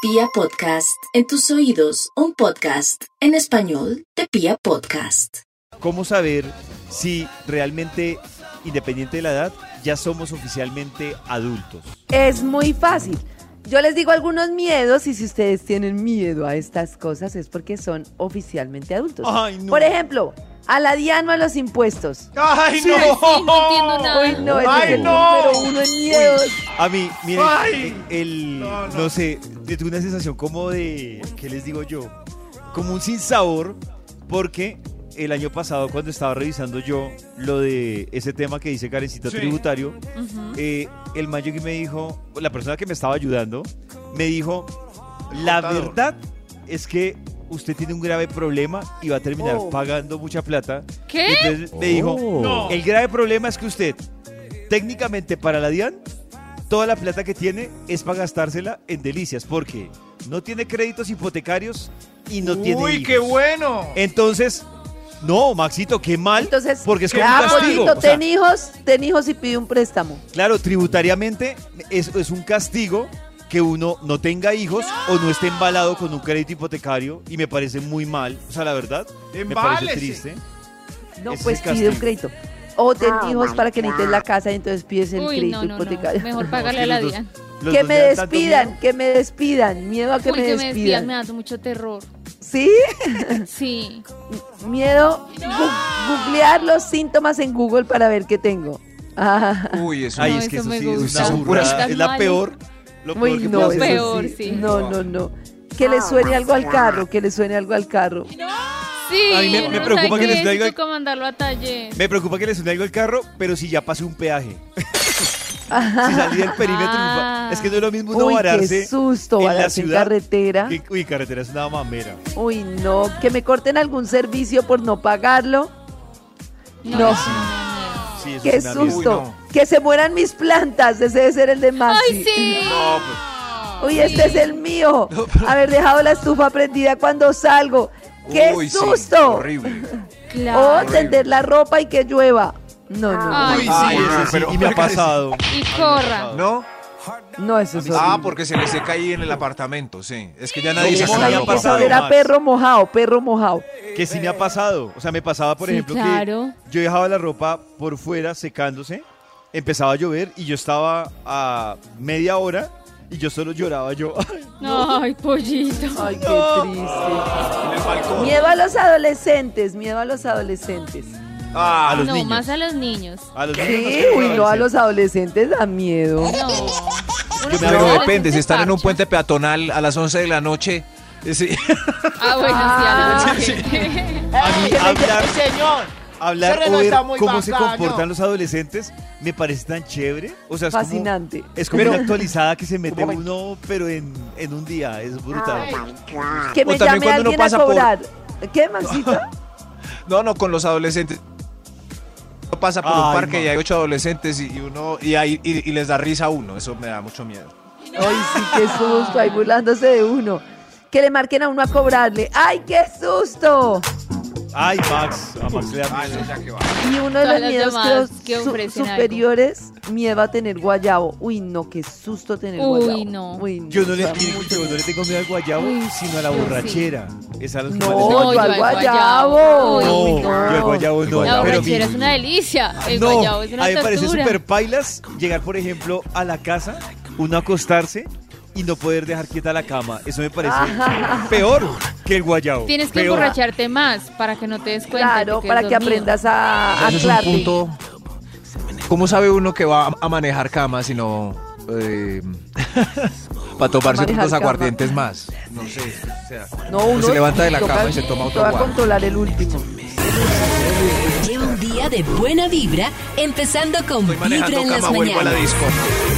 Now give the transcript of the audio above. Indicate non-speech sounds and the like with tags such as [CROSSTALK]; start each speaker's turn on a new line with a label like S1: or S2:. S1: Pia Podcast, en tus oídos, un podcast en español de Pia Podcast.
S2: ¿Cómo saber si realmente, independiente de la edad, ya somos oficialmente adultos?
S3: Es muy fácil. Yo les digo algunos miedos y si ustedes tienen miedo a estas cosas es porque son oficialmente adultos.
S2: Ay, no.
S3: Por ejemplo, a la DIAN o a los impuestos.
S2: ¡Ay,
S4: Sí, sí, no entiendo nada.
S3: Uy, no, es
S2: Ay,
S3: el
S2: no.
S3: número uno en miedos.
S2: A mí, miren,
S4: Ay.
S2: el,
S4: No,
S2: no,
S4: no.
S2: sé, yo tuve una sensación como de, ¿qué les digo yo? Como un sinsabor, porque el año pasado cuando estaba revisando yo lo de ese tema que dice Karencita
S4: Sí.
S2: Tributario, eh, el mayo que me dijo, la persona que me estaba ayudando, me dijo, la
S4: contador.
S2: verdad es que usted tiene un grave problema y va a terminar
S3: Oh.
S2: pagando mucha plata.
S4: ¿Qué?
S2: Y entonces me dijo,
S4: No.
S2: el grave problema es que usted, técnicamente para la DIAN, toda la plata que tiene es para gastársela en delicias, porque no tiene créditos hipotecarios y no tiene
S4: Uy,
S2: hijos. Eh,
S4: qué bueno.
S2: Entonces, no, Maxito, qué mal,
S3: Entonces,
S2: porque es como un
S3: ya,
S2: castigo.
S3: Pollito,
S2: O sea,
S3: ten hijos, ten hijos y pide un préstamo.
S2: claro, tributariamente es, es un castigo que uno no tenga hijos o no esté embalado con un crédito hipotecario y me parece muy mal, o sea, la verdad, me parece
S4: Embálese.
S2: triste.
S3: No,
S2: Ese es
S3: pues
S2: el
S3: pide un
S2: castigo.
S3: crédito. O ten hijos para que necesites la casa y entonces pides el
S5: Uy,
S3: crédito
S5: no, no,
S3: hipotecario.
S5: no. Mejor
S2: Es
S5: págale a
S2: que
S5: la
S2: los dos-
S5: DIAN.
S2: los
S3: que
S2: dos
S3: me
S2: me dan tanto
S3: despidan,
S2: miedo.
S3: que me despidan. Miedo a que
S5: Uy,
S3: me
S5: que me despidan
S3: despidan.
S5: me da mucho terror.
S3: ¿Sí?
S5: Sí.
S3: Miedo gu- googlear los síntomas en Google para ver qué tengo. Ah,
S6: Uy, eso.
S2: Ay,
S5: No,
S2: es que
S5: eso
S2: eso
S5: me
S2: sí es
S5: gusta.
S2: una
S6: Tan
S2: burrada,
S5: mal.
S2: es la peor. Lo peor
S3: uy,
S2: que
S3: no,
S2: puede
S3: eso
S2: hacer.
S5: peor,
S3: sí.
S5: sí.
S3: No, no, no. Que le suene algo al carro, que le suene algo al carro.
S5: Sí.
S2: [LAUGHS] A mí me-
S5: uno
S2: me
S5: no
S2: preocupa que
S5: sabe qué
S2: les
S5: es,
S2: traiga-
S5: y toca mandarlo a taller.
S2: Me preocupa que le suene algo al carro, pero si ya pasé un peaje. si salí del perímetro.
S5: Ah.
S2: Es que no es lo mismo uno
S3: uy,
S2: vararse.
S3: qué susto,
S2: en la
S3: vararse en
S2: ciudad.
S3: carretera.
S2: que- uy, carretera es una mamera.
S3: Uy, no, que me corten algún servicio por no pagarlo. No, Ah,
S5: eso me da miedo.
S2: Sí, eso
S3: qué
S2: es una mierda.
S3: susto.
S4: Uy,
S3: Que se mueran mis plantas, ese debe ser el de Maxi.
S5: ¡Ay, sí!
S2: No, pues,
S3: Uy, este es el mío. Haber dejado la estufa prendida cuando salgo. ¡Qué
S6: Uy, sí,
S3: susto!
S6: horrible.
S3: o
S5: Claro.
S3: tender la ropa y que llueva. No, no,
S5: Ay,
S2: uy, sí,
S6: Ay,
S2: eso
S5: Ah,
S6: no,
S2: sí,
S6: pero-
S2: y
S6: [LAUGHS]
S2: me ha pasado.
S5: Y corra.
S6: ¿No?
S3: no, eso es
S6: Ah,
S3: horrible.
S6: porque se le seca ahí en el apartamento, sí. Es que ya
S2: No,
S6: nadie se
S2: ¿cómo
S6: saca
S2: le ha
S6: la
S2: pasado?
S6: ropa.
S3: Era
S2: Max.
S3: perro mojado, perro mojado.
S2: Que sí me ha pasado. O sea, me pasaba, por
S5: Sí,
S2: ejemplo,
S5: claro.
S2: que yo dejaba la ropa por fuera secándose, empezaba a llover y yo estaba a media hora y yo solo lloraba yo. [LAUGHS] "Ay,
S5: Ay, pollito.
S3: Ay, qué triste. Miedo a los adolescentes, miedo a los adolescentes.
S2: a los
S5: no,
S2: niños.
S5: más a los niños.
S2: A los niños
S3: Sí,
S2: no se
S3: Ah, uy, no, a
S2: puede
S3: los adolescentes da miedo.
S5: No. Uno
S2: me
S5: con
S2: hago-
S6: Pero
S5: adolescentes
S6: depende, si están en un
S5: parcha.
S6: puente peatonal a las 11 de la noche, eh, sí. [LAUGHS]
S5: Ah, bueno,
S2: [LAUGHS]
S3: Ah,
S5: sí, adolescente.
S2: A mí hablar,
S4: señor.
S2: hablar
S4: Ese
S2: o
S4: reloj
S2: ver
S4: está muy
S2: cómo se
S4: bacano.
S2: comportan los adolescentes me parece tan chévere. O sea, es como,
S3: Fascinante.
S2: es como
S6: Pero-
S2: una actualizada que se mete uno, pero en, en un día. Es brutal.
S3: Que me
S6: O también
S3: llame
S6: cuando uno
S3: alguien a
S6: pasa por-
S3: cobrar. ¿Qué,
S6: [LAUGHS]
S3: Maxito?
S6: No, no, con los adolescentes. Uno pasa por
S2: Ay,
S6: un parque
S2: man.
S6: y hay ocho adolescentes y y uno y, ahí- y- y les da risa a uno. Eso me da mucho miedo.
S3: Ay, sí, qué susto, ahí burlándose de uno. Que le marquen a uno a cobrarle. ¡Ay, qué susto!
S2: Ay, Max. A Max le da miedo.
S3: Y uno de
S5: Todas
S3: los
S5: las
S3: miedos creo,
S5: llamadas que
S3: su-
S5: ofrecen algo.
S3: superiores, miedo a tener guayabo. Uy, no, qué susto tener
S5: Uy,
S3: guayabo.
S5: no.
S3: Uy, no.
S2: Yo no,
S3: o
S2: le,
S3: sea,
S2: miren que
S3: mucho
S2: yo no le tengo miedo al guayabo,
S5: Uy,
S2: sino a la
S5: yo sí.
S2: borrachera. Es a los que
S3: No,
S2: más les
S3: yo,
S2: tengo
S5: No,
S2: miedo.
S3: al guayabo.
S5: guayabo.
S2: No,
S3: Uy, no.
S2: yo al guayabo no. pero
S5: La borrachera
S2: mi-
S5: es una delicia. El
S2: no,
S5: guayabo es una
S2: a mí me parece
S5: tortura.
S2: súper pailas llegar, por ejemplo, a la casa, uno acostarse y no poder dejar quieta la cama. Eso me
S5: [LAUGHS]
S2: parece peor que el guayabo.
S5: Tienes que
S2: Peor.
S5: emborracharte más para que no te des cuenta. y te
S3: Claro,
S5: quedes
S3: para que
S5: dormido.
S3: aprendas a
S6: Ah, Ese es un
S3: aclararte.
S6: punto. ¿Cómo sabe uno que va a- a manejar cama si no... eh,
S3: [LAUGHS]
S6: para tomarse
S3: Manejar
S6: unos
S3: cama.
S6: aguardientes más? No sé. o sea,
S3: No, uno
S6: se levanta de la
S3: toca-
S6: cama y se toma otro
S3: toca
S6: guaro.
S3: controlar el último.
S7: Lleva un día de buena vibra, empezando con
S6: Estoy
S7: Vibra
S6: manejando
S7: en las
S6: cama, vuelvo a la
S7: mañanas.
S6: disco.